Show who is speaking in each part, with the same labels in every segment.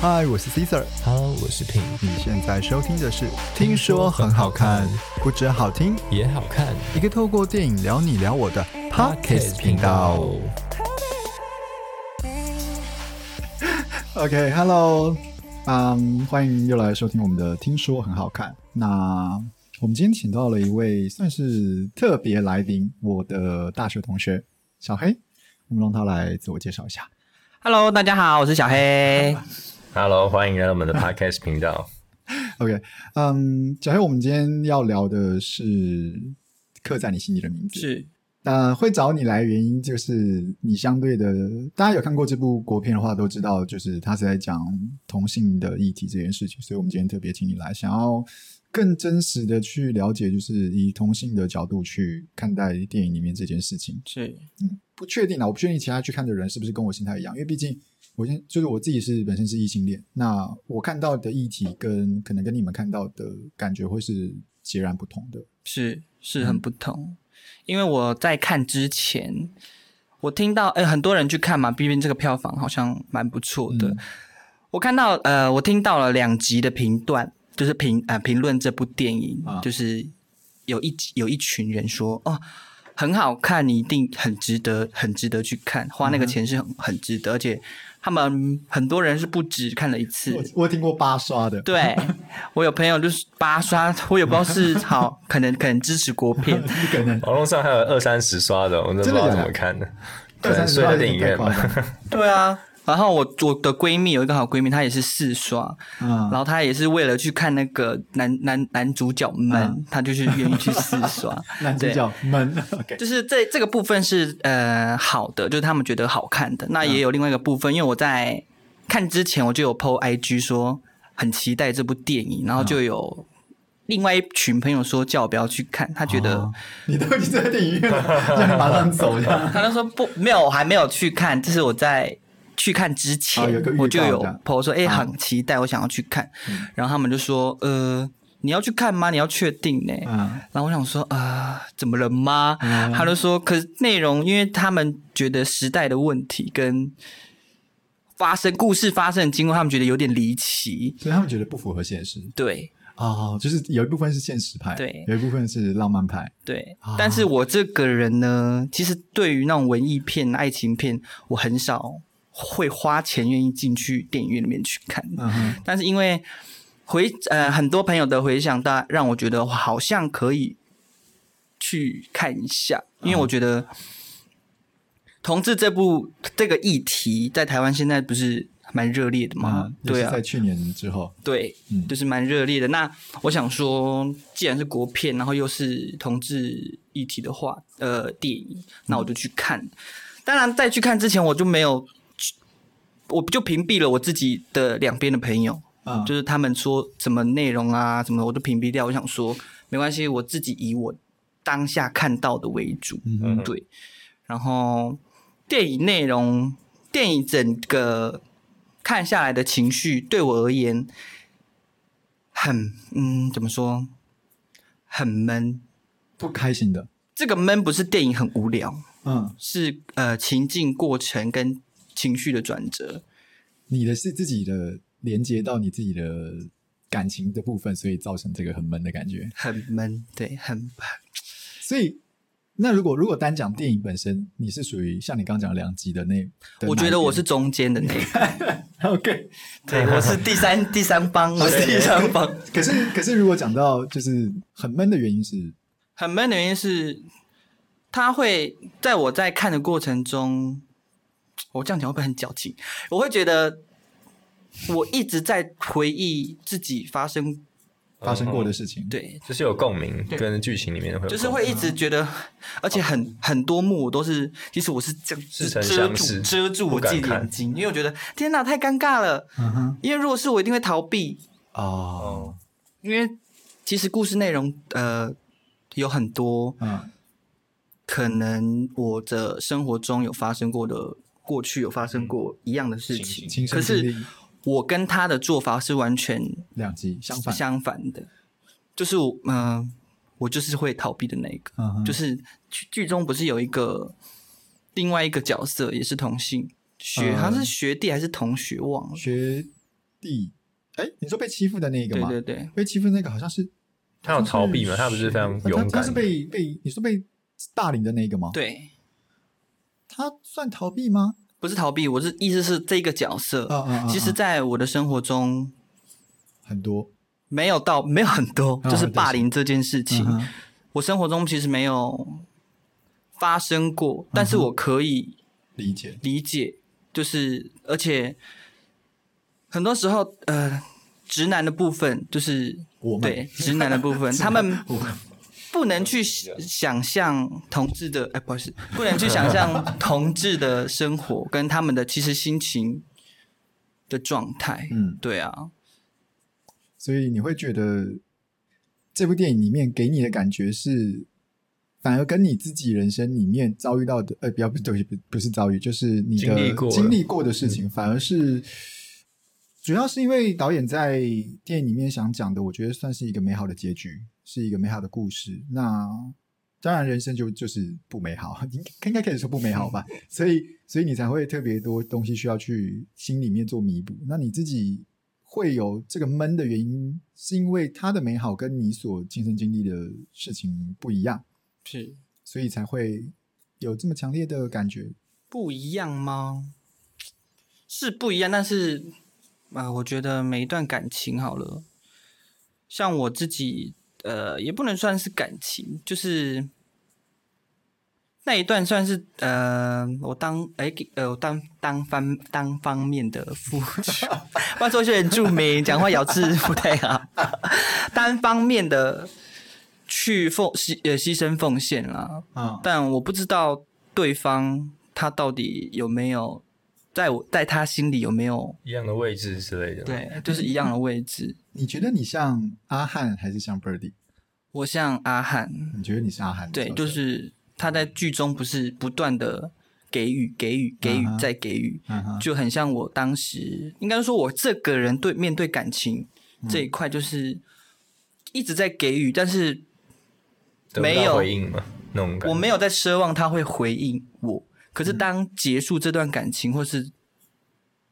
Speaker 1: 嗨，我是 Caesar，
Speaker 2: Hello，我是品，
Speaker 1: 你现在收听的是《听说很好看》，不止好听，
Speaker 2: 也好看。
Speaker 1: 一个透过电影聊你聊我的 Podcast 频道。OK，Hello，、嗯，欢迎又来收听我们的《听说很好看》。那我们今天请到了一位算是特别来宾，我的大学同学小黑，我们让他来自我介绍一下。
Speaker 3: Hello，大家好，我是小黑。
Speaker 4: Hello，欢迎来到我们 的 Podcast 频道。
Speaker 1: OK，嗯，小黑，我们今天要聊的是刻在你心底的名字。
Speaker 3: 是
Speaker 1: 呃，会找你来原因就是你相对的，大家有看过这部国片的话，都知道就是他是在讲同性的议题这件事情，所以我们今天特别请你来，想要更真实的去了解，就是以同性的角度去看待电影里面这件事情。
Speaker 3: 是，
Speaker 1: 不确定啊，我不确定其他去看的人是不是跟我心态一样，因为毕竟我现就是我自己是本身是异性恋，那我看到的议题跟可能跟你们看到的感觉会是截然不同的。
Speaker 3: 是是很不同，因为我在看之前，我听到呃很多人去看嘛，毕竟这个票房好像蛮不错的。
Speaker 1: 嗯
Speaker 3: 我看到呃，我听到了两集的评断，就是评呃评论这部电影，
Speaker 1: 啊
Speaker 3: 就是有一有一群人说哦。很好看，你一定很值得，很值得去看，花那个钱是很、很值得，而且他们很多人是不止看了一次，
Speaker 1: 我我听过八刷的，
Speaker 3: 对，我有朋友就是八刷，我有不知道是好， 可能可能支持国片，
Speaker 1: 可能
Speaker 4: 网络上还有二三十刷的，我真的不知道怎么看的。
Speaker 1: 二
Speaker 4: 可
Speaker 1: 三
Speaker 4: 能
Speaker 1: 十
Speaker 4: 睡
Speaker 1: 刷
Speaker 4: 在
Speaker 1: 有
Speaker 4: 电影
Speaker 1: 点太
Speaker 4: 院吧
Speaker 1: 夸。张。
Speaker 3: 对啊。然后我我的闺蜜有一个好闺蜜，她也是四刷，
Speaker 1: 嗯
Speaker 3: 然后她也是为了去看那个男男男主角们，
Speaker 1: 嗯。
Speaker 3: 她就是愿意去四刷
Speaker 1: 男主
Speaker 3: 对
Speaker 1: 角闷。OK，
Speaker 3: 就是这这个部分是呃好的，就是他们觉得好看的。
Speaker 1: 嗯
Speaker 3: 那也有另外一个部分，因为我在看之前我就有 PO IG 说很期待这部电影，然后
Speaker 1: 嗯
Speaker 3: 就有另外一群朋友说叫我不要去看，他觉得、
Speaker 1: 哦 你都已经在电影院了， 这样马上走这样。
Speaker 3: 他就说不，没有，我还没有去看，这是我在去看之前，
Speaker 1: 哦有个预告
Speaker 3: 我就有
Speaker 1: 这样
Speaker 3: PO 说，哎、
Speaker 1: 嗯
Speaker 3: 很期待，我想要去看。然后他们就说，呃，你要去看吗？你要确定呢、
Speaker 1: 嗯
Speaker 3: 然后我想说，啊、怎么了吗？
Speaker 1: 嗯
Speaker 3: 他就说，可是内容，因为他们觉得时代的问题跟发生故事发生的经过，他们觉得有点离奇。
Speaker 1: 所以他们觉得不符合现实
Speaker 3: 对
Speaker 1: 哦，就是有一部分是现实派，
Speaker 3: 对
Speaker 1: 有一部分是浪漫派。
Speaker 3: 对
Speaker 1: 啊，
Speaker 3: 但是我这个人呢，其实对于那种文艺片、爱情片，我很少会花钱愿意进去电影院里面去看。
Speaker 1: 嗯哼，
Speaker 3: 但是因为回呃很多朋友的回想，大让我觉得好像可以去看一下，因为我觉得同志这部这个议题在台湾现在不是蛮热烈的吗？
Speaker 1: 嗯，尤
Speaker 3: 对
Speaker 1: 其
Speaker 3: 啊
Speaker 1: 在，去年之后，
Speaker 3: 对，
Speaker 1: 嗯
Speaker 3: 就是蛮热烈的。那我想说，既然是国片，然后又是同志议题的话，呃，电影，那我就去看。当然，在去看之前，我就没有去，我就屏蔽了我自己的两边的朋友，
Speaker 1: 嗯，
Speaker 3: 就是他们说什么内容啊，什么我都屏蔽掉。我想说，没关系，我自己以我当下看到的为主。
Speaker 1: 嗯哼
Speaker 4: 嗯哼
Speaker 3: 对，然后电影内容，电影整个看下来的情绪，对我而言，很嗯，怎么说，很闷。
Speaker 1: 不开心的。
Speaker 3: 这个闷不是电影很无聊，
Speaker 1: 嗯，
Speaker 3: 是呃情境过程跟情绪的转折。
Speaker 1: 你的是自己的连接到你自己的感情的部分，所以造成这个很闷的感觉。
Speaker 3: 很闷，对，很
Speaker 1: 所以，那如果如果单讲电影本身，你是属于像你刚讲的两极的那，的
Speaker 3: 我
Speaker 1: 哪
Speaker 3: 觉
Speaker 1: 一
Speaker 3: 得
Speaker 1: 边
Speaker 3: 我是中间的那 个，
Speaker 1: OK。
Speaker 3: 对我是第三第三 方，我是第三方。
Speaker 1: 可 是可是如果讲到就是很闷的原因是，
Speaker 3: 很闷的原因是，他会在我在看的过程中，我这样讲会不会很矫情？我会觉得我一直在回忆自己发生，
Speaker 1: 发生过的事情。，
Speaker 3: 对，
Speaker 4: 就是有共鸣，跟剧情里面会有
Speaker 3: 就是
Speaker 4: 共鸣
Speaker 3: 会一直觉得，而且很很多幕我都是，其实我是这样
Speaker 4: 似
Speaker 3: 遮
Speaker 4: 曾
Speaker 3: 遮
Speaker 4: 相
Speaker 3: 住
Speaker 4: 识
Speaker 3: 遮住我
Speaker 4: 不敢
Speaker 3: 自己的
Speaker 4: 看
Speaker 3: 眼睛，因为我觉得天哪，太尴尬了。
Speaker 1: 嗯哼，
Speaker 3: 因为如果是我，一定会逃避，
Speaker 1: 哦，
Speaker 4: 哦，
Speaker 3: 因为其实故事内容呃有很多，
Speaker 1: 嗯
Speaker 3: 可能我的生活中有发生过的，过去有发生过一样的事情，
Speaker 1: 嗯亲身
Speaker 3: 可
Speaker 1: 经历
Speaker 3: 是我跟他的做法是完全
Speaker 1: 两极相反，
Speaker 3: 相反的，就是我，嗯、我就是会逃避的那一个，
Speaker 1: 嗯哼，
Speaker 3: 就是剧剧中不是有一个另外一个角色也是同性学，
Speaker 1: 嗯
Speaker 3: 他是学弟还是同学忘了，
Speaker 1: 学第，哎，你说被欺负的那个
Speaker 3: 对
Speaker 1: 吗？哦
Speaker 3: 对对，
Speaker 1: 被欺负那个好像是
Speaker 4: 他有逃避嘛？他不是非常勇敢的？
Speaker 1: 啊他他是被被你说被霸凌的那个吗？，
Speaker 3: 对，
Speaker 1: 他算逃避吗？
Speaker 3: 不是逃避，我是意思是这个角色，
Speaker 1: 啊啊啊！
Speaker 3: 其实
Speaker 1: 啊
Speaker 3: 在我的生活中
Speaker 1: 很多
Speaker 3: 没有到没有很多，
Speaker 1: 啊
Speaker 3: 就是霸凌这件事情，
Speaker 1: 嗯哼
Speaker 3: 我生活中其实没有发生过，但
Speaker 1: 嗯
Speaker 3: 是我可以
Speaker 1: 理解，
Speaker 3: 理解，就是而且很多时候，呃，直男的部分就是
Speaker 1: 我们
Speaker 3: 对直男的部 分，他们
Speaker 1: 哦
Speaker 3: 不能去想象同志的，哎、不好意思，不能去 想象同志的生活跟他们的其实心情的状态。
Speaker 1: 嗯，
Speaker 3: 对啊，
Speaker 1: 所以你会觉得这部电影里面给你的感觉是，反而跟你自己人生里面遭遇到的，呃，不要不是对不起，不不是遭遇，就是你的
Speaker 4: 经历过的嗯
Speaker 1: 经历过的事情，反而是主要是因为导演在电影里面想讲的，我觉得算是一个美好的结局，是一个美好的故事。那当然，人生就就是不美好， 应该应该可以说不美好 吧。所以，所以你才会特别多东西需要去心里面做弥补。那你自己会有这个闷的原因，是因为它的美好跟你所亲身经历的事情不一样，
Speaker 3: 是
Speaker 1: 所以才会有这么强烈的感觉。
Speaker 3: 不一样吗？是不一样，但是啊、呃我觉得每一段感情好了，像我自己，呃，也不能算是感情，就是那一段算是呃，我当哎、给呃，我当当方单方面的付出， 万寿学很著名，讲话咬字不太好， 单方面的去奉牺呃牺牲奉献啦，
Speaker 1: 啊
Speaker 3: 但我不知道对方他到底有没有在我在他心里有没有
Speaker 4: 一样的位置之类的。，
Speaker 3: 对，就是一样的位置。
Speaker 1: 你觉得你像阿汉还是像 Birdy？
Speaker 3: 我像阿汉，
Speaker 1: 你觉得你是阿汉的角
Speaker 3: 对，
Speaker 1: 色？
Speaker 3: 就是他在剧中不是不断的给予、给予、给予
Speaker 1: 嗯哼
Speaker 3: 再给予，
Speaker 1: 嗯哼，
Speaker 3: 就很像我当时应该说，我这个人对面对感情这一块，就是一直在给予，但是没有
Speaker 4: 回应嘛？那种感觉
Speaker 3: 我没有在奢望他会回应我，可是当结束这段感情，或是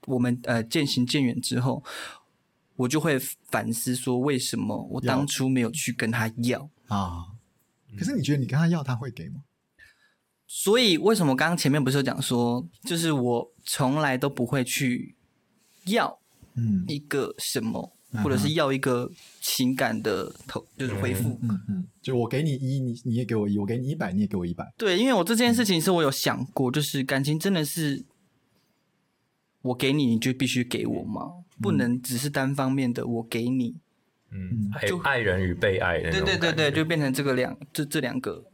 Speaker 3: 我们呃渐行渐远之后，我就会反思说，为什么我
Speaker 1: 要
Speaker 3: 当初没有去跟他要？
Speaker 1: 啊。
Speaker 3: 嗯
Speaker 1: 可是你觉得你跟他要，他会给吗？
Speaker 3: 所以为什么刚刚前面不是有讲说，就是我从来都不会去要
Speaker 1: 嗯
Speaker 3: 一个什么，
Speaker 1: 嗯哼
Speaker 3: 或者是要一个情感的投，就是恢复。
Speaker 1: 嗯嗯，就我给你一，你你也给我一，我给你一百，你也给我一百。
Speaker 3: 对，因为我这件事情是我有想过，就是感情真的是我给你，你就必须给我吗？不能只是单方面的我给你。
Speaker 4: 嗯，爱
Speaker 3: 就
Speaker 4: 爱人与被爱的那
Speaker 3: 对
Speaker 4: 种
Speaker 3: 对
Speaker 4: 感觉。
Speaker 3: 对对，就变成这个两这这两个。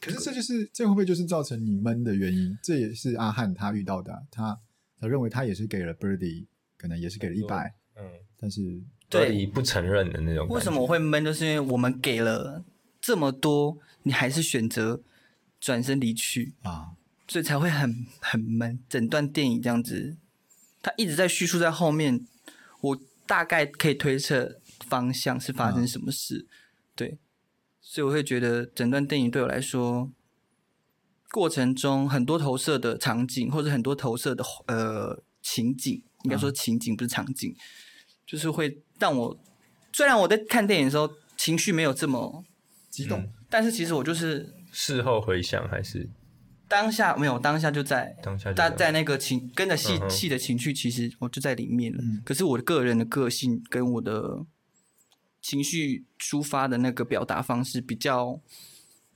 Speaker 1: 可是这就是这会不会就是造成你闷的原因？这也是阿汉他遇到的啊，他他认为他也是给了 Birdy，可能也是给了一百，
Speaker 4: 嗯，
Speaker 1: 但是
Speaker 4: 对，
Speaker 3: 对
Speaker 4: 你不承认的那种感觉。
Speaker 3: 为什么我会闷？就是因为我们给了这么多，你还是选择转身离去，
Speaker 1: 啊，
Speaker 3: 所以才会很很闷。整段电影这样子，他一直在叙述在后面，我大概可以推测方向是发生什么事，对，所以我会觉得整段电影对我来说，过程中很多投射的场景，或者很多投射的呃情景，应该说情景不是场景，就是会让我虽然我在看电影的时候情绪没有这么，
Speaker 1: 激动、
Speaker 4: 嗯
Speaker 3: 但是其实我就是
Speaker 4: 事后回想还是
Speaker 3: 当下没有，当下就在
Speaker 4: 当下就
Speaker 1: 啊
Speaker 3: 在在那个情跟着戏
Speaker 4: 嗯哼
Speaker 3: 戏的情绪，其实我就在里面了。
Speaker 1: 嗯
Speaker 3: 可是我的个人的个性跟我的情绪抒发的那个表达方式比较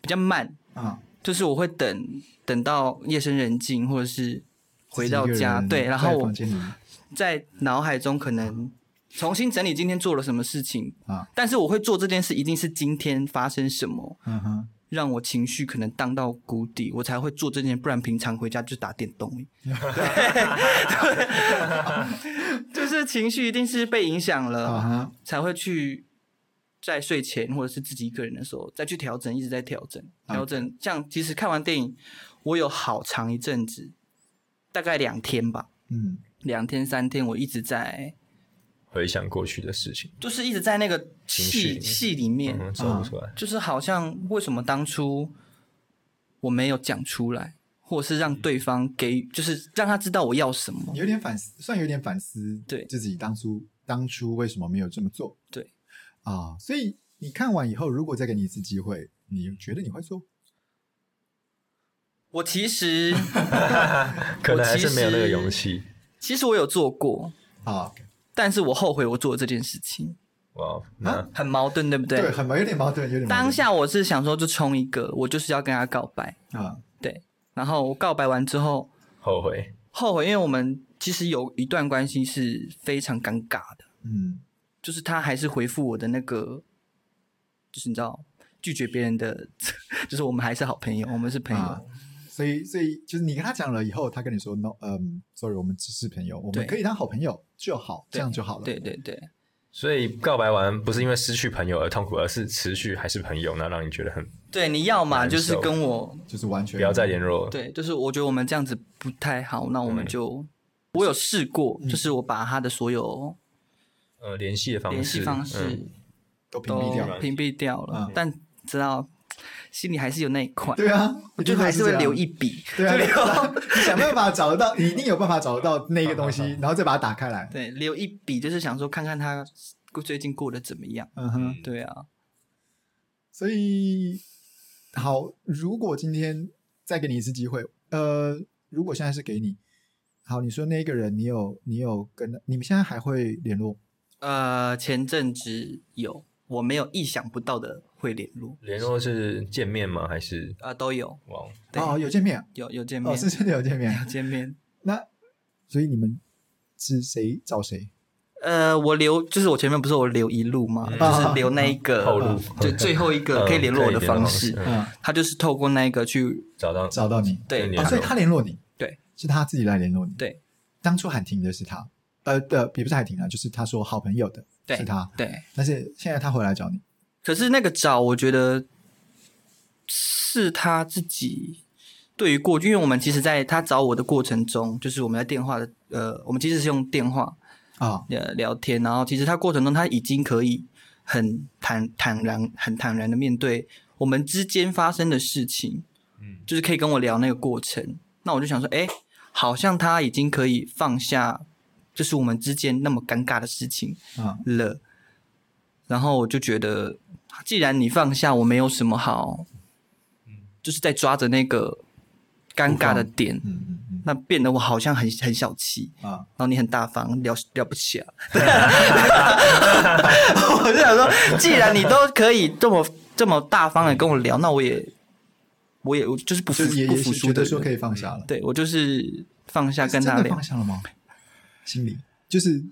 Speaker 3: 比较慢，
Speaker 1: 啊，
Speaker 3: 就是我会等等到夜深人静，或者是回到
Speaker 1: 自己一个
Speaker 3: 家，
Speaker 1: 人
Speaker 3: 对，然后
Speaker 1: 在
Speaker 3: 我
Speaker 1: 房间里
Speaker 3: 在脑海中可能重新整理今天做了什么事情。
Speaker 1: 啊，
Speaker 3: 但是我会做这件事，一定是今天发生什么
Speaker 1: 嗯哼，
Speaker 3: 让我情绪可能荡到谷底，我才会做这件，不然平常回家就打电动而已。 就是情绪一定是被影响了，
Speaker 1: 啊哈，
Speaker 3: 才会去在睡前或者是自己一个人的时候再去调整，一直在调整，
Speaker 1: 嗯
Speaker 3: 调整。像其实看完电影，我有好长一阵子，大概两天吧，
Speaker 1: 嗯，
Speaker 3: 两天三天，我一直在，
Speaker 4: 回想过去的事情，
Speaker 3: 就是一直在那个
Speaker 4: 情绪
Speaker 3: 戏戏里面，
Speaker 4: 嗯，走
Speaker 1: 啊
Speaker 4: 不出来。
Speaker 3: 就是好像为什么当初我没有讲出来，或者是让对方给，就是让他知道我要什么。
Speaker 1: 有点反思，算有点反思，
Speaker 3: 对
Speaker 1: 自己当初当初为什么没有这么做
Speaker 3: 对，
Speaker 1: 啊？所以你看完以后，如果再给你一次机会，你觉得你会做？
Speaker 3: 我其实
Speaker 4: 可能还是
Speaker 3: 其
Speaker 4: 没有那个
Speaker 3: 实
Speaker 4: 勇气。
Speaker 3: 其实我有做过，
Speaker 1: 啊，
Speaker 3: 但是我后悔我做这件事情，
Speaker 4: 哇，那
Speaker 3: 很矛盾，对不对？
Speaker 1: 对，很矛有点矛盾，有点矛盾
Speaker 3: 当下我是想说就冲一个，我就是要跟他告白，
Speaker 1: 啊，
Speaker 3: 对。然后我告白完之后
Speaker 4: 后悔
Speaker 3: 后悔，因为我们其实有一段关系是非常尴尬的，
Speaker 1: 嗯
Speaker 3: 就是他还是回复我的那个，就是你知道拒绝别人的， 就是我们还是好朋友，我们是朋友，
Speaker 1: 啊，所以所以就是你跟他讲了以后，他跟你说 no，嗯，sorry，我们只是朋友，我们
Speaker 3: 对
Speaker 1: 可以当好朋友就好，
Speaker 3: 对
Speaker 1: 这样就好了。
Speaker 3: 对对对，
Speaker 4: 所以告白完不是因为失去朋友而痛苦，而是持续还是朋友，那让你觉得很
Speaker 3: 对，你要嘛
Speaker 4: 难受
Speaker 3: 就是 跟我，
Speaker 1: 就是完全
Speaker 4: 不要再联络了。
Speaker 3: 对，就是我觉得我们这样子不太好，那我们
Speaker 4: 嗯
Speaker 3: 就。我有试过，
Speaker 1: 嗯
Speaker 3: 就是我把他的所有
Speaker 4: 呃，联系的方式，
Speaker 3: 联系方式、
Speaker 4: 嗯
Speaker 1: 都屏
Speaker 3: 都
Speaker 1: 蔽
Speaker 4: 哦
Speaker 1: 掉。
Speaker 3: 屏蔽掉了，
Speaker 1: 嗯
Speaker 3: 但知道心里还是有那一块，
Speaker 1: 对啊，
Speaker 3: 我
Speaker 1: 一
Speaker 3: 就
Speaker 1: 定都
Speaker 3: 还是会
Speaker 1: 这样
Speaker 3: 留一。笔，
Speaker 1: 对啊，
Speaker 3: 就
Speaker 1: 对啊
Speaker 3: 留
Speaker 1: 你想办法找得到，你一定有办法找得到那个东西，然后再把它打开来。
Speaker 3: 对留一笔，就是想说看看他最近过得怎么样。
Speaker 1: 嗯哼，
Speaker 3: 对啊，
Speaker 1: 所以好，如果今天再给你一次机会，呃，如果现在是给你，好，你说那个人，你有你有跟他你们现在还会联络？
Speaker 3: 呃，前阵子有，我没有意想不到的会联络，
Speaker 4: 联络是见面吗？还是
Speaker 3: 啊、都有，
Speaker 4: 哇？
Speaker 3: 对
Speaker 1: 哦，有见面，
Speaker 3: 有有见面，
Speaker 1: 哦，是真的有见
Speaker 3: 有
Speaker 1: 面。
Speaker 3: 见面。
Speaker 1: 那所以你们是谁找谁？
Speaker 3: 呃，我留就是我前面不是我留一路嘛，
Speaker 4: 嗯
Speaker 1: 啊
Speaker 3: 就是留那一个
Speaker 4: 后路
Speaker 3: 就最后一个
Speaker 4: 嗯
Speaker 3: 可以联络我的
Speaker 4: 可以联络
Speaker 3: 方
Speaker 4: 方式，
Speaker 3: 式
Speaker 4: 嗯
Speaker 1: 嗯，
Speaker 3: 他就是透过那一个去
Speaker 4: 找到
Speaker 1: 找到你，
Speaker 3: 对
Speaker 4: 跟你
Speaker 1: 哦，
Speaker 4: 联
Speaker 1: 所以
Speaker 4: 络
Speaker 1: 他联络你，
Speaker 3: 对，
Speaker 1: 是他自己来联络你。
Speaker 3: 对
Speaker 1: 当初喊停的是他，呃，的也不是喊停啊，就是他说好朋友的
Speaker 3: 对
Speaker 1: 是他，
Speaker 3: 对，
Speaker 1: 但是现在他回来找你，
Speaker 3: 可是那个找，我觉得是他自己对于过去，因为我们其实在他找我的过程中，就是我们在电话的，呃，我们其实是用电话
Speaker 1: 啊、
Speaker 3: 呃聊天，然后其实他过程中他已经可以很坦坦然、很坦然的面对我们之间发生的事情，
Speaker 4: 嗯
Speaker 3: 就是可以跟我聊那个过程。那我就想说，哎，好像他已经可以放下，就是我们之间那么尴尬的事情，
Speaker 1: 啊、
Speaker 3: 了，然后我就觉得，既然你放下，我没有什么好，就是在抓着那个尴尬的点，
Speaker 1: 嗯嗯嗯
Speaker 3: 那变得我好像很很小气，
Speaker 1: 啊。
Speaker 3: 然后你很大方，了了不起啊！ 我就想说，既然你都可以这么这么大方的跟我聊，那我也我也我就是不服
Speaker 1: 就是也
Speaker 3: 不
Speaker 1: 也
Speaker 3: 服
Speaker 1: 是
Speaker 3: 输
Speaker 1: 觉
Speaker 3: 的
Speaker 1: 得说可
Speaker 3: 人，嗯
Speaker 1: 以放下了，
Speaker 3: 对我就是放下跟
Speaker 1: 是
Speaker 3: 他
Speaker 1: 真的
Speaker 3: 聊
Speaker 1: 放，下了吗？心里就是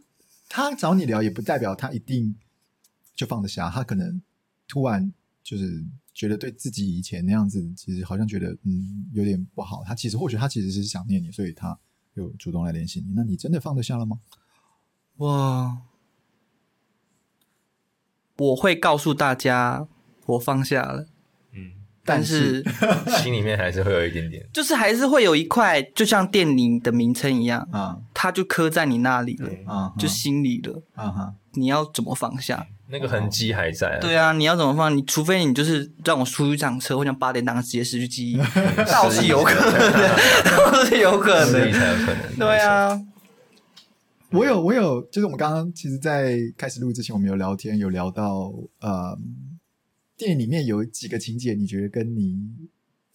Speaker 1: 他找你聊，也不代表他一定就放得下，他可能突然就是觉得对自己以前那样子，其实好像觉得嗯有点不好。他其实或许他其实是想念你，所以他有主动来联系你。那你真的放得下了吗？
Speaker 3: 哇，我会告诉大家我放下了，
Speaker 4: 嗯，
Speaker 3: 但
Speaker 1: 但是
Speaker 3: 是
Speaker 4: 心里面还是会有一点点。
Speaker 3: 就是还是会有一块，就像电影的名称一样，
Speaker 1: 啊
Speaker 3: 它就刻在你那里了，
Speaker 4: 嗯
Speaker 1: 啊，
Speaker 3: 就心里了。
Speaker 1: 啊哈，
Speaker 3: 你要怎么放下？
Speaker 4: 那个痕迹还在、啊，
Speaker 3: 对啊，你要怎么放？你除非你就是让我出一场车，或像八点档直接失 去记忆，倒是有可能的， 倒是有可
Speaker 4: 所以
Speaker 3: 能。
Speaker 4: 才有可能。
Speaker 3: 啊对啊，
Speaker 1: 我有，我有，就是我们刚刚其实，在开始录之前，我们有聊天，有聊到呃，电影里面有几个情节，你觉得跟你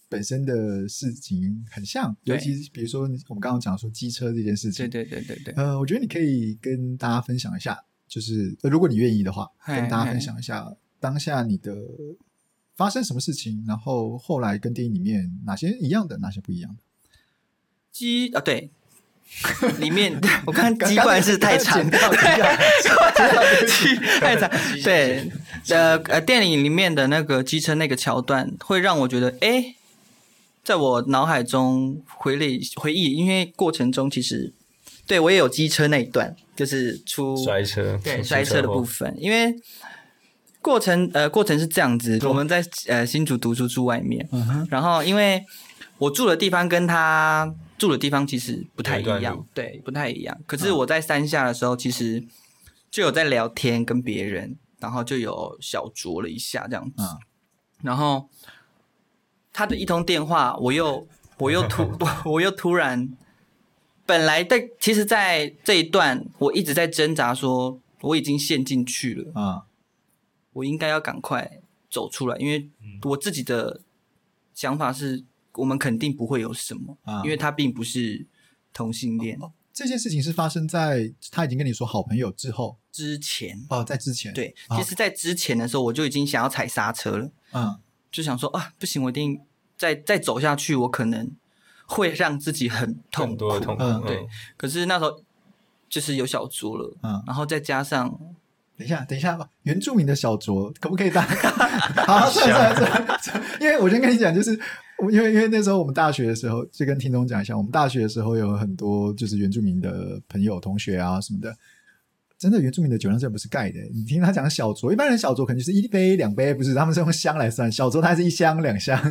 Speaker 1: 本身的事情很像，
Speaker 3: 对
Speaker 1: 尤其是比如说我们刚刚讲说机车这件事情，
Speaker 3: 对对对对对，
Speaker 1: 呃，我觉得你可以跟大家分享一下，就是、呃如果你愿意的话，
Speaker 3: 嗨
Speaker 1: 跟大家
Speaker 3: 嗨
Speaker 1: 分享一下当下你的发生什么事情，然后后来跟电影里面哪些一样的，哪些不一样的。
Speaker 3: 鸡啊对。里面我看
Speaker 1: 刚
Speaker 3: 鸡冠是太
Speaker 1: 刚
Speaker 3: 长，
Speaker 1: 剪掉剪掉
Speaker 3: 鸡太 长，对，呃呃，电影里面的那个机车那个桥段，会让我觉得，哎，在我脑海中回忆回忆，因为过程中其实对我也有机车那一段，就是出
Speaker 4: 摔车，
Speaker 3: 对
Speaker 4: 出
Speaker 3: 摔车的
Speaker 4: 祸
Speaker 3: 部分，因为过程呃过程是这样子，我们在呃新竹读书住外面，
Speaker 1: 嗯哼，
Speaker 3: 然后因为我住的地方跟他住的地方其实不太
Speaker 4: 有
Speaker 3: 一
Speaker 4: 一段
Speaker 3: 样
Speaker 4: 路，
Speaker 3: 对，不太一样。可是我在山下的时候，其实就有在聊天跟别人，然后就有小酌了一下这样子。
Speaker 1: 嗯
Speaker 3: 然后他的一通电话，我又我又突 我我又突然，本来在其实，在这一段我一直在挣扎说，我已经陷进去了，
Speaker 1: 啊，
Speaker 3: 我应该要赶快走出来，因为
Speaker 1: 嗯
Speaker 3: 我自己的想法是我们肯定不会有什么，
Speaker 1: 啊哦
Speaker 3: 因为他并不是同性恋
Speaker 1: 这件事情是发生在他已经跟你说好朋友之后
Speaker 3: 之前。
Speaker 1: 哦，在之前，
Speaker 3: 对，
Speaker 1: 啊
Speaker 3: 其实，在之前的时候，我就已经想要踩刹车了，
Speaker 1: 嗯
Speaker 3: 就想说啊，不行，我一定再再走下去，我可能会让自己很
Speaker 4: 更
Speaker 3: 痛苦。
Speaker 4: 多的痛苦，
Speaker 1: 嗯
Speaker 3: 对可是那时候就是有小猪了，
Speaker 1: 嗯，
Speaker 3: 然后再加上
Speaker 1: 等一下，等一下吧，原住民的小酌可不可以大？ 好，算了算了算了，因为我先跟你讲，就是我因为因为那时候我们大学的时候，就跟听众讲一下，我们大学的时候有很多就是原住民的朋友、同学啊什么的。真的，原住民的酒量真的不是盖的。你听他讲小酌，一般人小酌可能就是一杯、两杯，不是，他们是用箱来算。小酌它是一箱、两箱。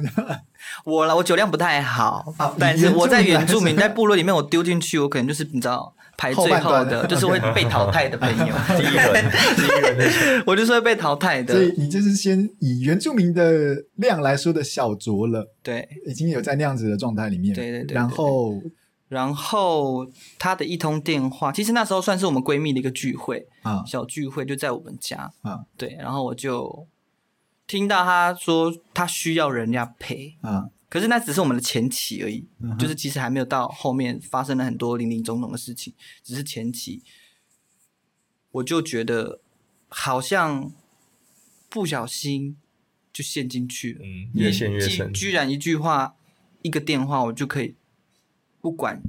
Speaker 3: 我了，我酒量不太好，
Speaker 1: 啊
Speaker 3: 但是
Speaker 1: 原住民
Speaker 3: 我在原
Speaker 1: 还是
Speaker 3: 住民在部落里面，我丢进去，我可能就是你知道排最
Speaker 1: 后
Speaker 3: 后
Speaker 1: 半
Speaker 3: 的，
Speaker 1: 段
Speaker 3: 就是会被淘汰的朋友，
Speaker 4: 第一轮，第一轮的
Speaker 3: 我就是会被淘汰
Speaker 1: 所以
Speaker 3: 的。
Speaker 1: 你就是先以原住民的量来说的小酌了，
Speaker 3: 对，
Speaker 1: 已经有在那样子的状态里面。
Speaker 3: 对对对对
Speaker 1: 然后，
Speaker 3: 然后她的一通电话，其实那时候算是我们闺蜜的一个聚会，
Speaker 1: 啊
Speaker 3: 小聚会就在我们家。
Speaker 1: 啊
Speaker 3: 对，然后我就听到她说她需要人家陪，
Speaker 1: 啊，
Speaker 3: 可是那只是我们的前期而已，
Speaker 1: 嗯哼
Speaker 3: 就是其实还没有到后面发生了很多零零总总的事情，只是前期，我就觉得好像不小心就陷进去了，
Speaker 4: 嗯，越陷越
Speaker 3: 居
Speaker 4: 深，
Speaker 3: 居然一句话，一个电话，我就可以不管，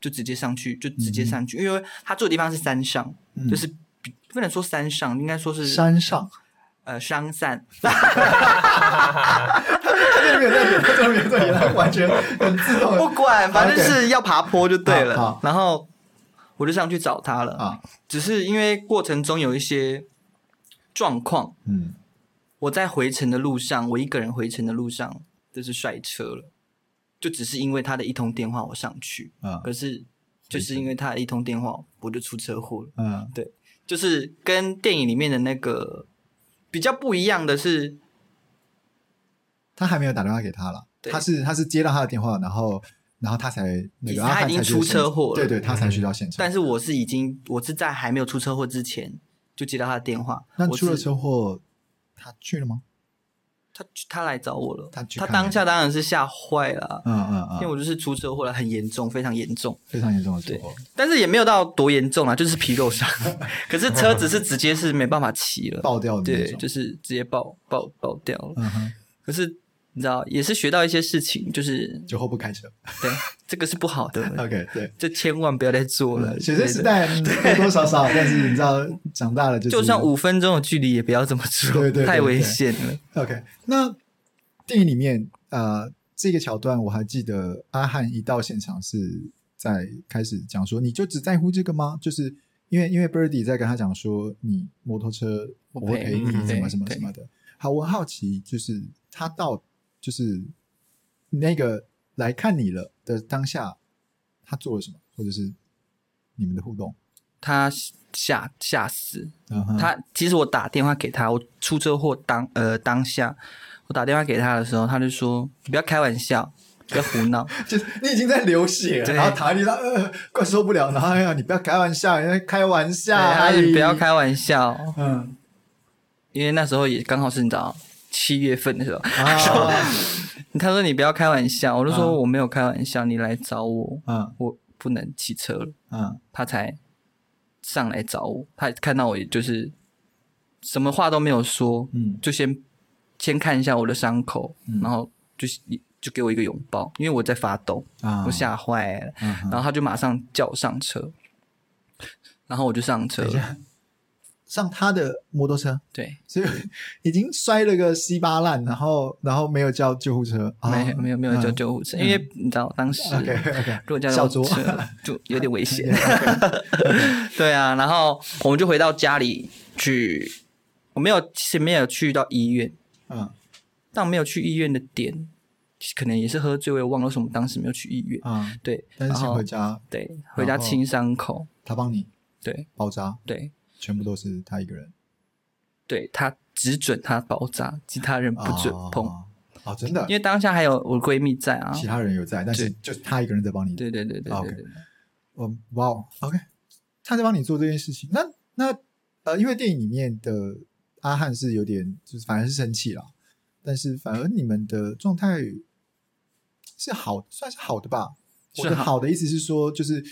Speaker 3: 就直接上去，就直接上
Speaker 4: 嗯
Speaker 3: 去，因为他住的地方是山上，
Speaker 1: 嗯
Speaker 3: 就是比不能说山上，应该说是
Speaker 1: 山上。
Speaker 3: 呃山散，
Speaker 1: 没有在演，他真的没有在演，他完全很自动
Speaker 3: 不
Speaker 1: 的
Speaker 3: 管，反正就是要爬坡就对
Speaker 1: 好好
Speaker 3: 了。然后我就上去找他了，
Speaker 1: 啊，
Speaker 3: 只是因为过程中有一些状况，
Speaker 1: 嗯，
Speaker 3: 我在回程的路上，我一个人回程的路上就是摔车了，就只是因为他的一通电话我上去，
Speaker 1: 啊，
Speaker 3: 可是就是因为他的一通电话我就出车祸了，
Speaker 1: 嗯，
Speaker 3: 就是跟电影里面的那个比较不一样的是，
Speaker 1: 他还没有打电话给他了，
Speaker 3: 对
Speaker 1: 他是他是接到他的电话，然后然后他才那
Speaker 3: 其实
Speaker 1: 个，
Speaker 3: 他
Speaker 1: 阿汉
Speaker 3: 已经
Speaker 1: 才去
Speaker 3: 出
Speaker 1: 现场
Speaker 3: 车祸了
Speaker 1: 对对，他才去到现场。
Speaker 3: 但是我是已经我是在还没有出车祸之前就接到他的电话，
Speaker 1: 那
Speaker 3: 我
Speaker 1: 出了
Speaker 3: 是
Speaker 1: 车祸，他去了吗？
Speaker 3: 他他来找我了，
Speaker 1: 他去
Speaker 3: 他
Speaker 1: 看
Speaker 3: 当
Speaker 1: 你
Speaker 3: 下当然是吓坏了，啊
Speaker 1: 嗯嗯
Speaker 3: 因为
Speaker 1: 嗯，
Speaker 3: 我就是出车祸了，很严重，非常严重，
Speaker 1: 非常严重的车祸。
Speaker 3: 但是也没有到多严重啦，啊就是皮肉伤， 可是车子是直接是没办法骑了，
Speaker 1: 爆掉的那
Speaker 3: 对，
Speaker 1: 种，
Speaker 3: 就是直接爆爆爆掉了。
Speaker 1: 嗯哼，
Speaker 3: 可是你知道，也是学到一些事情，就是
Speaker 1: 酒后不开车。
Speaker 3: 对这个是不好 的，
Speaker 1: OK，对，
Speaker 3: 这千万不要再做了。
Speaker 1: 嗯学生时
Speaker 3: 对的，
Speaker 1: 代多多少少，但是你知道，长大了就是
Speaker 3: 就算五分钟的距离也不要这么做，
Speaker 1: 对对对
Speaker 3: 太危
Speaker 1: 对
Speaker 3: 险了。
Speaker 1: OK，那电影里面呃，这个桥段我还记得，阿汉一到现场是在开始讲说，你就只在乎这个吗？就是因为因为 Birdy 在跟他讲说，你摩托车
Speaker 3: 我
Speaker 1: 我会
Speaker 3: 陪
Speaker 1: 陪你
Speaker 4: 你
Speaker 1: 什么
Speaker 3: 对
Speaker 1: 什么
Speaker 3: 对
Speaker 1: 什么的。好，我很好奇，就是他到就是那个来看你了的当下，他做了什么，或者是你们的互动？
Speaker 3: 他吓吓死，
Speaker 1: 嗯哼，
Speaker 3: 他其实我打电话给他，我出车祸当呃当下，我打电话给他的时候，他就说你不要开玩笑，不要胡 闹，
Speaker 1: 就是你已经在流血了，
Speaker 3: 对
Speaker 1: 然后躺在地上，呃，快受不了，然后哎呀，你不要开玩笑，人家开玩笑，
Speaker 3: 对
Speaker 1: 阿
Speaker 3: 他说
Speaker 1: 姨
Speaker 3: 哎你不要，开玩笑，
Speaker 1: 嗯
Speaker 3: 因为那时候也刚好是你知道七月份的时候，
Speaker 1: 啊，
Speaker 3: 他说你不要开玩笑，我就
Speaker 1: 嗯
Speaker 3: 说我没有开玩笑，你来找我，
Speaker 1: 嗯
Speaker 3: 我不能骑车了，
Speaker 1: 嗯
Speaker 3: 他才上来找我，他看到我也就是什么话都没有说，
Speaker 1: 嗯
Speaker 3: 就先先看一下我的伤口，
Speaker 1: 嗯
Speaker 3: 然后就是就给我一个拥抱，因为我在发抖，
Speaker 1: 啊，
Speaker 3: 我吓坏了。
Speaker 1: 嗯哼，
Speaker 3: 然后他就马上叫我上车，然后我就上车
Speaker 1: 等一。下，上他的摩托车，
Speaker 3: 对，
Speaker 1: 所以已经摔了个稀巴烂，然后然后没有叫救护车，啊
Speaker 3: 没有没有没有叫救护车，因为你知道当时
Speaker 1: 嗯，OK OK，
Speaker 3: 如果叫
Speaker 1: 小
Speaker 3: 救
Speaker 1: 酌
Speaker 3: 护 车就有点 危险。 对啊，然后我们就回到家里去，我没有其实没有去到医院，
Speaker 1: 嗯
Speaker 3: 但我没有去医院的点，可能也是喝醉，我也忘了为什么当时没有去医院。
Speaker 1: 嗯，
Speaker 3: 对，
Speaker 1: 但
Speaker 3: 然
Speaker 1: 是先
Speaker 3: 后
Speaker 1: 回家，
Speaker 3: 对回家清伤口，
Speaker 1: 他帮你
Speaker 3: 对
Speaker 1: 包扎，
Speaker 3: 对
Speaker 1: 全部都是他一个人，
Speaker 3: 对，他只准他包扎，其他人不准
Speaker 1: 啊
Speaker 3: 碰。，
Speaker 1: 哦，真的
Speaker 3: 因，为当下还有我闺蜜在啊。
Speaker 1: 其他人有在，但是
Speaker 3: 对
Speaker 1: 就是他一个人在帮你
Speaker 3: 对对对对对
Speaker 1: OK
Speaker 3: 对，
Speaker 1: 嗯，哇、哦 o k 他在帮你做这件事情，那那呃，因为电影里面的阿汉是有点就是反而是生气了，但是反而你们的状态是好，算是好的吧？
Speaker 3: 是
Speaker 1: 我的
Speaker 3: 好
Speaker 1: 好的意思是说，就是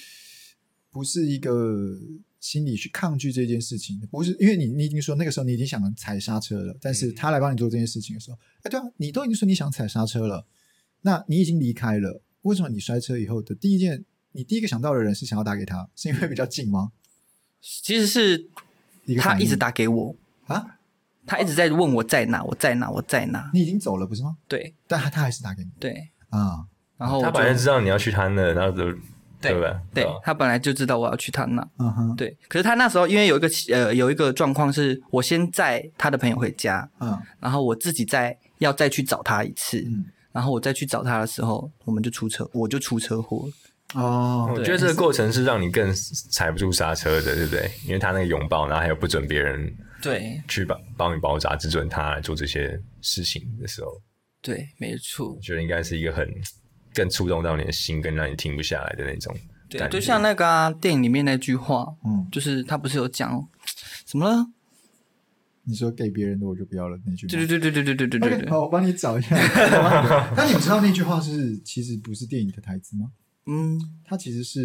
Speaker 1: 不是一个心理去抗拒这件事情，不是因为你你已经说那个时候你已经想踩刹车了，但是
Speaker 4: 嗯
Speaker 1: 他来帮你做这件事情的时候，哎，对啊，你都已经说你想踩刹车了，那你已经离开了，为什么你摔车以后的第一件，你第一个想到的人是想要打给他，是因为比较近吗？
Speaker 3: 其实是
Speaker 1: 一个
Speaker 3: 他
Speaker 1: 反
Speaker 3: 一
Speaker 1: 应
Speaker 3: 直打给我，
Speaker 1: 啊，
Speaker 3: 他一直在问我在哪，我在哪，我在哪。
Speaker 1: 你已经走了不是吗？
Speaker 3: 对
Speaker 1: 但他他还是打给你
Speaker 3: 对，
Speaker 1: 啊，
Speaker 3: 然后我
Speaker 4: 他
Speaker 3: 就
Speaker 4: 本来就知道你要去他那，然后就
Speaker 3: 对
Speaker 4: 对不对？
Speaker 3: 对
Speaker 4: 吧哦
Speaker 3: 他本来就知道我要去他那。
Speaker 1: 嗯哼，
Speaker 3: 对，可是他那时候因为有一个呃有一个状况是，我先载他的朋友回家，
Speaker 1: 嗯
Speaker 3: 然后我自己再要再去找他一次，
Speaker 1: 嗯，
Speaker 3: 然后我再去找他的时候，我们就出车，我就出车祸了。
Speaker 1: 哦，
Speaker 4: 我觉得这个过程是让你更踩不住刹车的，对不对？因为他那个拥抱，然后还有不准别人
Speaker 3: 对
Speaker 4: 去帮帮你包扎，只准他来做这些事情的时候，
Speaker 3: 对，没错
Speaker 4: 我，觉得应该是一个很更触动到你的心，更让你停不下来的那种
Speaker 3: 对啊，
Speaker 4: 感觉。
Speaker 3: 就像那个、啊、电影里面那句话，
Speaker 1: 嗯，
Speaker 3: 就是他不是有讲什么了？
Speaker 1: 你说给别人的我就不要了那句吗，
Speaker 3: 对对对对对对对对对
Speaker 1: OK，
Speaker 3: 对，
Speaker 1: 好，我帮你找一下。 那你们知道那句话是其实不是电影的台词吗？
Speaker 3: 嗯
Speaker 1: 它其实是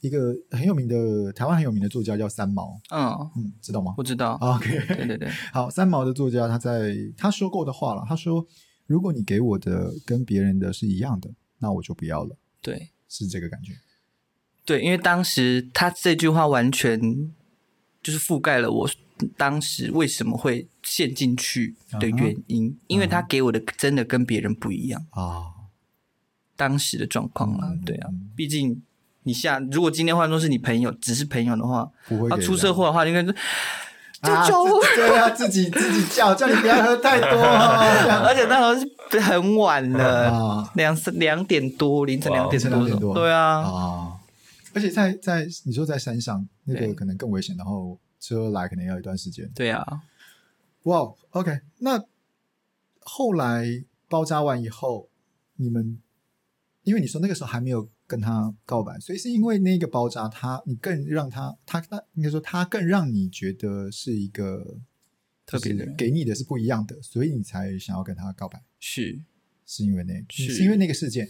Speaker 1: 一个很有名的台湾很有名的作家叫三毛，
Speaker 3: 嗯，
Speaker 1: 嗯，知道吗
Speaker 3: 我知道，对
Speaker 1: ？OK，
Speaker 3: 对对，
Speaker 1: 好，三毛的作家他在他说过的话了，他说如果你给我的跟别人的是一样的，那我就不要了，
Speaker 3: 对
Speaker 1: 是这个感觉。
Speaker 3: 对，因为当时他这句话完全就是覆盖了我当时为什么会陷进去的原因，因为他给我的真的跟别人不一样，
Speaker 1: 啊，
Speaker 3: 当时的状况啦
Speaker 1: 嗯，
Speaker 3: 对啊
Speaker 1: 嗯，
Speaker 3: 毕竟你下如果今天换作是你朋友，只是朋友的话，
Speaker 1: 不会
Speaker 3: 他
Speaker 1: 给
Speaker 3: 出
Speaker 1: 人
Speaker 3: 车祸的话，你应该说
Speaker 1: 啊
Speaker 3: 救救我
Speaker 1: 自对啊，自己自己叫，叫你不要喝太 多哦。
Speaker 3: 而且那时候是很 晚了，
Speaker 1: 啊
Speaker 3: 两三两点多，凌晨
Speaker 4: 哇
Speaker 3: 两
Speaker 1: 凌
Speaker 3: 点
Speaker 1: 晨
Speaker 3: 多
Speaker 1: 两点多
Speaker 3: 的，对啊，
Speaker 1: 啊！而且在在你说在山上那个
Speaker 3: 对
Speaker 1: 可能更危险，然后车来可能要一段时间。
Speaker 3: 对啊，
Speaker 1: 哇、o k 那后来包扎完以后，你们因为你说那个时候还没有跟他告白，所以是因为那个包扎他，你更让他他他应该说他更让你觉得是一个
Speaker 3: 特别的
Speaker 1: 就是
Speaker 3: 人
Speaker 1: 给你的是不一样的，所以你才想要跟他告白，
Speaker 3: 是。
Speaker 1: 是因为那
Speaker 3: 是
Speaker 1: 是因为那个事件，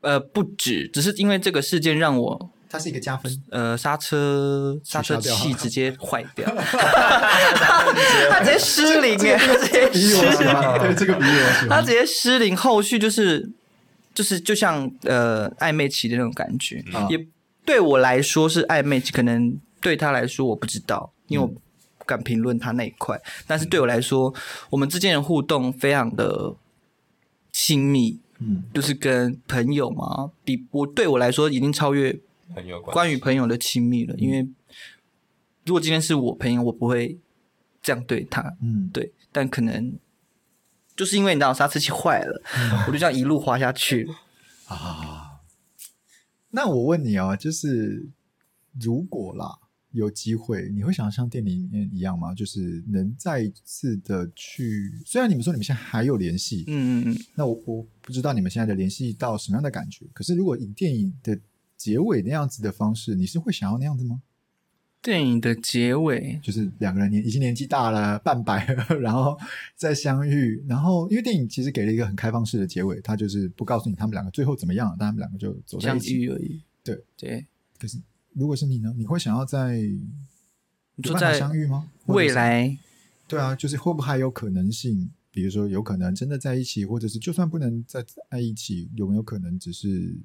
Speaker 3: 呃，不止，只是因为这个事件让我
Speaker 1: 它是一个加 分。
Speaker 3: 呃刹车刹车
Speaker 1: 取消掉
Speaker 3: 器直接坏 掉， 他 直接失灵耶，他直接
Speaker 1: 比喻我
Speaker 3: 失
Speaker 1: 喜
Speaker 3: 灵，
Speaker 1: 欢， 对这个比喻我喜
Speaker 3: 他
Speaker 1: 欢
Speaker 3: 直。接失灵，后续就是就是就像呃暧昧期的那种感觉，
Speaker 1: 啊
Speaker 3: 也对我来说是暧昧期，可能对他来说我不知道，因为我不敢评论他那一块，但是对我来说，我们之间的互动非常的亲密，
Speaker 1: 嗯
Speaker 3: 就是跟朋友嘛，比我对我来说已经超越
Speaker 4: 很有关
Speaker 3: 关于朋友的亲密了，因为如果今天是我朋友，我不会这样对他，
Speaker 1: 嗯，
Speaker 3: 对，但可能就是因为你知道刹车器坏了，
Speaker 1: 嗯
Speaker 3: 我就这样一路滑下去了。
Speaker 1: 啊。那我问你哦，就是如果啦有机会，你会想像电影里面一样吗？就是能再一次的去，虽然你们说你们现在还有联系，
Speaker 3: 嗯嗯嗯，
Speaker 1: 那我我不知道你们现在的联系到什么样的感觉。可是如果以电影的结尾那样子的方式，你是会想要那样子吗？
Speaker 3: 电影的结尾，
Speaker 1: 就是两个人年已经年纪大了，半百了，然后再相遇，然后因为电影其实给了一个很开放式的结尾，他就是不告诉你他们两个最后怎么样，但他们两个就走在
Speaker 3: 相
Speaker 1: 一起。
Speaker 3: 遇而已。
Speaker 1: 对
Speaker 3: 对，
Speaker 1: 可是如果是你呢？你会想要在
Speaker 3: 你
Speaker 1: 有
Speaker 3: 说
Speaker 1: 办法
Speaker 3: 在
Speaker 1: 相遇吗？或者是
Speaker 3: 未？来，
Speaker 1: 对啊，就是会不会还有可能性？比如说有可能真的在一起，或者是就算不能再在一起，有没有可能只是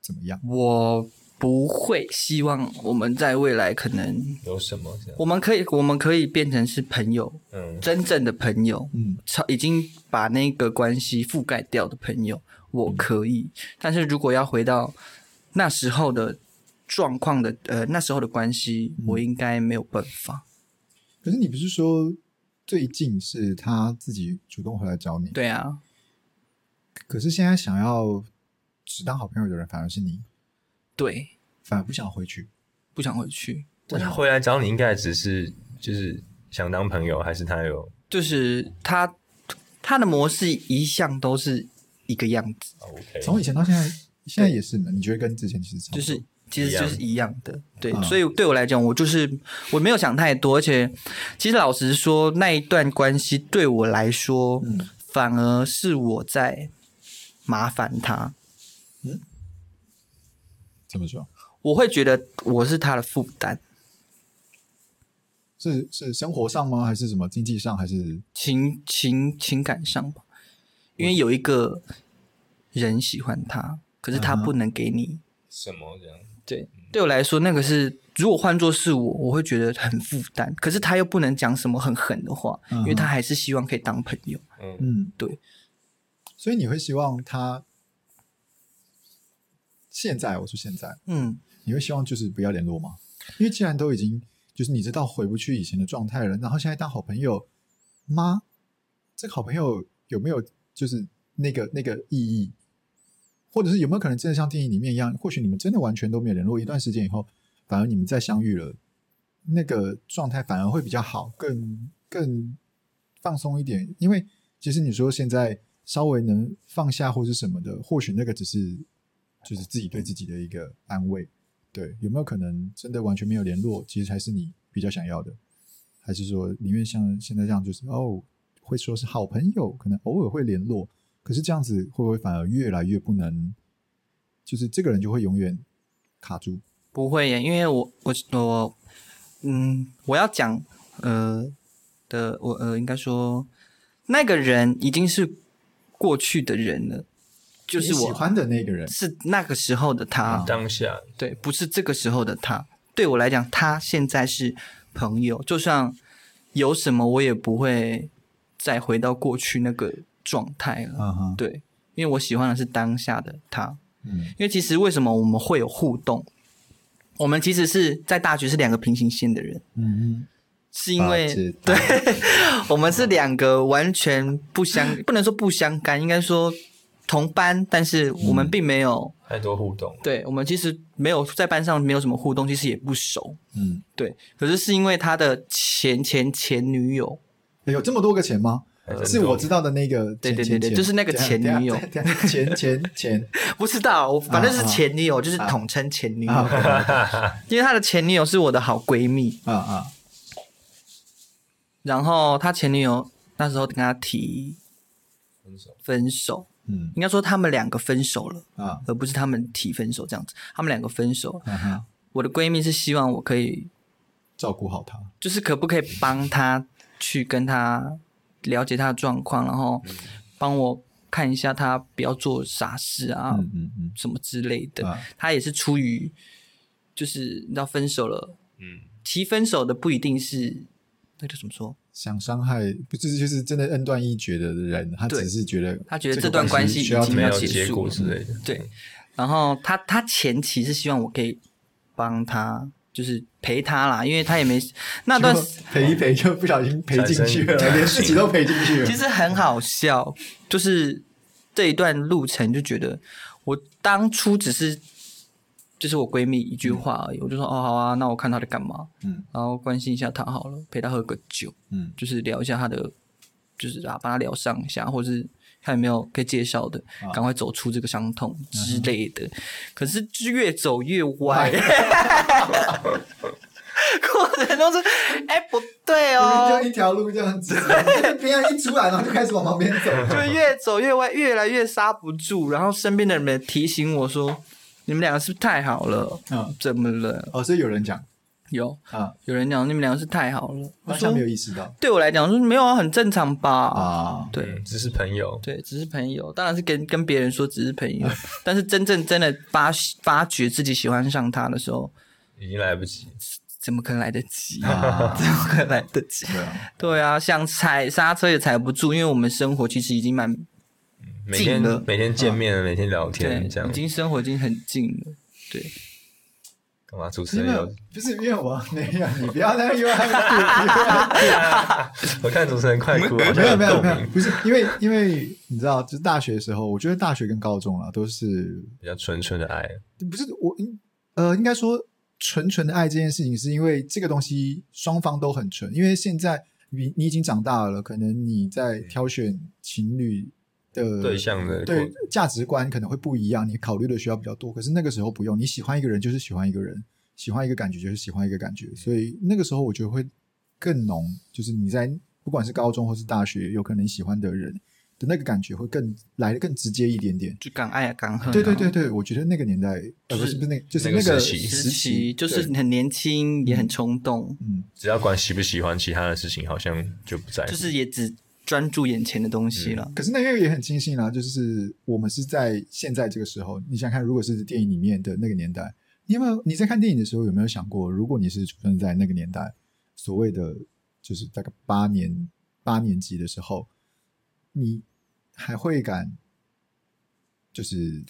Speaker 1: 怎么样？
Speaker 3: 我不会希望我们在未来可能，
Speaker 4: 有什么这样？
Speaker 3: 我们可以我们可以变成是朋友，
Speaker 4: 嗯，
Speaker 3: 真正的朋友，
Speaker 1: 嗯
Speaker 3: 超已经把那个关系覆盖掉的朋友，我可以。但是如果要回到那时候的状况的，呃，那时候的关系，我应该没有办法。
Speaker 1: 可是你不是说最近是他自己主动回来找你？
Speaker 3: 对啊，
Speaker 1: 可是现在想要只当好朋友的人反而是你，
Speaker 3: 对，
Speaker 1: 反而不想回去。
Speaker 3: 不想回去，
Speaker 4: 但他回来找你，应该只是就是想当朋友，还是他有
Speaker 3: 就是他他的模式一向都是一个样子，
Speaker 4: 哦 OK？
Speaker 1: 从以前到现在，现在也是呢。你觉得跟之前其实差不多
Speaker 3: 就是其实就是一样的，对，
Speaker 1: 嗯
Speaker 3: 所以对我来讲，我就是我没有想太多，而且其实老实说，那一段关系对我来说，
Speaker 1: 嗯
Speaker 3: 反而是我在麻烦他。
Speaker 1: 怎么说？
Speaker 3: 我会觉得我是他的负担，
Speaker 1: 是是生活上吗？还是什么经济上？还是
Speaker 3: 情情情感上吧，因为有一个人喜欢他，可是他
Speaker 1: 嗯哼
Speaker 3: 不能给你。
Speaker 4: 什么这样？
Speaker 3: 对，对我来说，那个是如果换作是我，我会觉得很负担。可是他又不能讲什么很狠的话，
Speaker 1: 嗯哼
Speaker 3: 因为他还是希望可以当朋友。
Speaker 4: 嗯，
Speaker 1: 嗯，
Speaker 3: 对。
Speaker 1: 所以你会希望他现在，我说现在，
Speaker 3: 嗯，
Speaker 1: 你会希望就是不要联络吗？因为既然都已经就是你知道回不去以前的状态了，然后现在当好朋友吗？这个好朋友有没有就是那个那个意义，或者是有没有可能真的像电影里面一样，或许你们真的完全都没有联络一段时间以后，反而你们再相遇了，那个状态反而会比较好，更更放松一点。因为其实你说现在稍微能放下或是什么的，或许那个只是就是自己对自己的一个安慰。对，有没有可能真的完全没有联络，其实才是你比较想要的？还是说宁愿像现在这样，就是哦，会说是好朋友，可能偶尔会联络，可是这样子会不会反而越来越不能，就是这个人就会永远卡住？
Speaker 3: 不会耶，因为我我我，嗯，我要讲呃的，我呃应该说那个人已经是过去的人了，就是
Speaker 1: 你喜
Speaker 3: 我
Speaker 1: 欢的那个人，
Speaker 3: 是那个时候的他，
Speaker 4: 当下
Speaker 3: 对，不是这个时候的他。对我来讲，他现在是朋友，就像有什么我也不会再回到过去那个状态了。
Speaker 1: 嗯哼，
Speaker 3: 对，因为我喜欢的是当下的他。
Speaker 1: 嗯
Speaker 3: 因为其实为什么我们会有互动？我们其实是在大学是两个平行线的人，
Speaker 1: 嗯
Speaker 3: 是因为
Speaker 1: 啊知道
Speaker 3: 对， 我们是两个完全不相，
Speaker 1: 嗯
Speaker 3: 不能说不相干，应该说同班，但是我们并没有，
Speaker 1: 嗯
Speaker 4: 太多互动，
Speaker 3: 对我们其实没有在班上没有什么互动，其实也不熟。
Speaker 1: 嗯，
Speaker 3: 对，可是是因为他的前前前女友，
Speaker 1: 有这么多个钱吗？
Speaker 4: 还真
Speaker 1: 是
Speaker 4: 多
Speaker 1: 我知道的那个
Speaker 3: 对
Speaker 1: 钱，
Speaker 3: 对
Speaker 1: 钱
Speaker 3: 对对
Speaker 1: 钱
Speaker 3: 就是那个
Speaker 1: 等下
Speaker 3: 前女友
Speaker 1: 等下等下钱钱钱，
Speaker 3: 不知道，我反正是
Speaker 1: 啊啊
Speaker 3: 前女友，就是
Speaker 1: 啊
Speaker 3: 统称前女友，
Speaker 1: 啊
Speaker 3: 因为他的前女友是我的好闺蜜，
Speaker 1: 啊啊，
Speaker 3: 然后他前女友那时候跟他提
Speaker 4: 分手，
Speaker 3: 分手，
Speaker 1: 嗯
Speaker 3: 应该说他们两个分手了，
Speaker 1: 啊
Speaker 3: 而不是他们提分手这样子，他们两个分手，
Speaker 1: 啊哈，
Speaker 3: 我的闺蜜是希望我可以，
Speaker 1: 照顾好他，
Speaker 3: 就是可不可以帮他去跟他了解他的状况，然后
Speaker 1: 嗯
Speaker 3: 帮我看一下他不要做傻事啊，
Speaker 1: 嗯嗯嗯，
Speaker 3: 什么之类的。
Speaker 1: 啊
Speaker 3: 他也是出于，就是你知道分手了，
Speaker 4: 嗯，
Speaker 3: 提分手的不一定是那个怎么说？
Speaker 1: 想伤害，不就是就是真的恩断义绝的人，他
Speaker 3: 对
Speaker 1: 只是觉得
Speaker 3: 他觉得
Speaker 1: 个
Speaker 3: 这段关系
Speaker 1: 系需要
Speaker 3: 已经
Speaker 4: 没
Speaker 1: 停
Speaker 4: 有
Speaker 1: 止
Speaker 3: 结
Speaker 4: 结
Speaker 3: 束
Speaker 4: 果
Speaker 3: 了
Speaker 4: 之类的，
Speaker 3: 对，然后他他前期是希望我可以帮他，就是陪他啦，因为他也没 那段时，
Speaker 1: 就赔一赔就不小心赔进去了，
Speaker 4: 产生
Speaker 1: 连自己都赔进去了。
Speaker 3: 其实很好笑，就是这一段路程就觉得我当初只是。就是我闺蜜一句话而已，我就说哦好啊，那我看她在干嘛，
Speaker 1: 嗯
Speaker 3: 然后关心一下她好了，陪她喝个酒，
Speaker 1: 嗯
Speaker 3: 就是聊一下他的，就是啊，把他聊上一下，或是看有没有可以介绍的，
Speaker 1: 啊嗯
Speaker 3: 赶快走出这个伤痛之类的。可是就越走越歪， 过程中是哎、不对 哦
Speaker 1: 就，一条路这样 子，别人一出来然后就开始往旁边走。
Speaker 3: 就越走越歪，越来越刹不住。然后身边的人提醒我说：“你们两个是不是太好了？
Speaker 1: 嗯
Speaker 3: 怎么了？
Speaker 1: 哦，所以有人讲
Speaker 3: 有
Speaker 1: 啊，
Speaker 3: 有人讲你们两个是太好了。”我
Speaker 1: 当下
Speaker 3: 说
Speaker 1: 没有意识到：“
Speaker 3: 对我来讲，我说没有啊，很正常吧？”
Speaker 1: 啊，
Speaker 3: 对，
Speaker 4: 嗯，只是朋友，
Speaker 3: 对，只是朋友，当然是跟跟别人说只是朋友， 但是真正真的发发觉自己喜欢上他的时候，
Speaker 4: 已经来不及，
Speaker 3: 怎么可能来得及？
Speaker 1: 啊
Speaker 3: 怎么可能来得及？
Speaker 1: 对 啊，
Speaker 3: 对啊，想踩刹车也踩不住，因为我们生活其实已经蛮
Speaker 4: 每
Speaker 3: 近
Speaker 4: 天
Speaker 3: 了
Speaker 4: 每天见面，每天聊
Speaker 3: 对
Speaker 4: 天，这，样
Speaker 3: 已经生活已经很近了。对，
Speaker 4: 干嘛？主持
Speaker 1: 因
Speaker 4: 人
Speaker 1: 为
Speaker 4: 有，
Speaker 1: 不是因为我那样，你不要那 样，
Speaker 4: 我看主持人快哭，好
Speaker 1: 没
Speaker 4: 像
Speaker 1: 有没有
Speaker 4: 共
Speaker 1: 没有，
Speaker 4: 鸣，
Speaker 1: 不是因为因为你知道，就是大学的时候，我觉得大学跟高中啊都是
Speaker 4: 比较纯纯的爱，
Speaker 1: 不是我，应呃，应该说纯纯的爱这件事情，是因为这个东西双方都很纯。因为现在你你已经长大了，可能你在挑选情侣的
Speaker 4: 对象的
Speaker 1: 对价值观可能会不一样，你考虑的需要比较多。可是那个时候不用，你喜欢一个人就是喜欢一个人，喜欢一个感觉就是喜欢一个感觉，所以那个时候我觉得会更浓，就是你在不管是高中或是大学，有可能喜欢的人的那个感觉会更来的更直接一点点。
Speaker 3: 就敢爱啊敢恨啊。
Speaker 1: 对对对对，我觉得那个年代，呃，不是不是那个，就是
Speaker 4: 那个
Speaker 1: 那个
Speaker 4: 时期
Speaker 3: 时期就是
Speaker 1: 对
Speaker 3: 你很年轻，也很冲动，
Speaker 1: 嗯，
Speaker 4: 只要管喜不喜欢，其他的事情好像就不在乎。
Speaker 3: 就是也只专注眼前的东西了。
Speaker 1: 可是那个也很庆幸啦，就是我们是在现在这个时候，你想看，如果是电影里面的那个年代，你有没有你在看电影的时候有没有想过，如果你是出生在那个年代，所谓的就是大概八年八年级的时候，你还会敢就是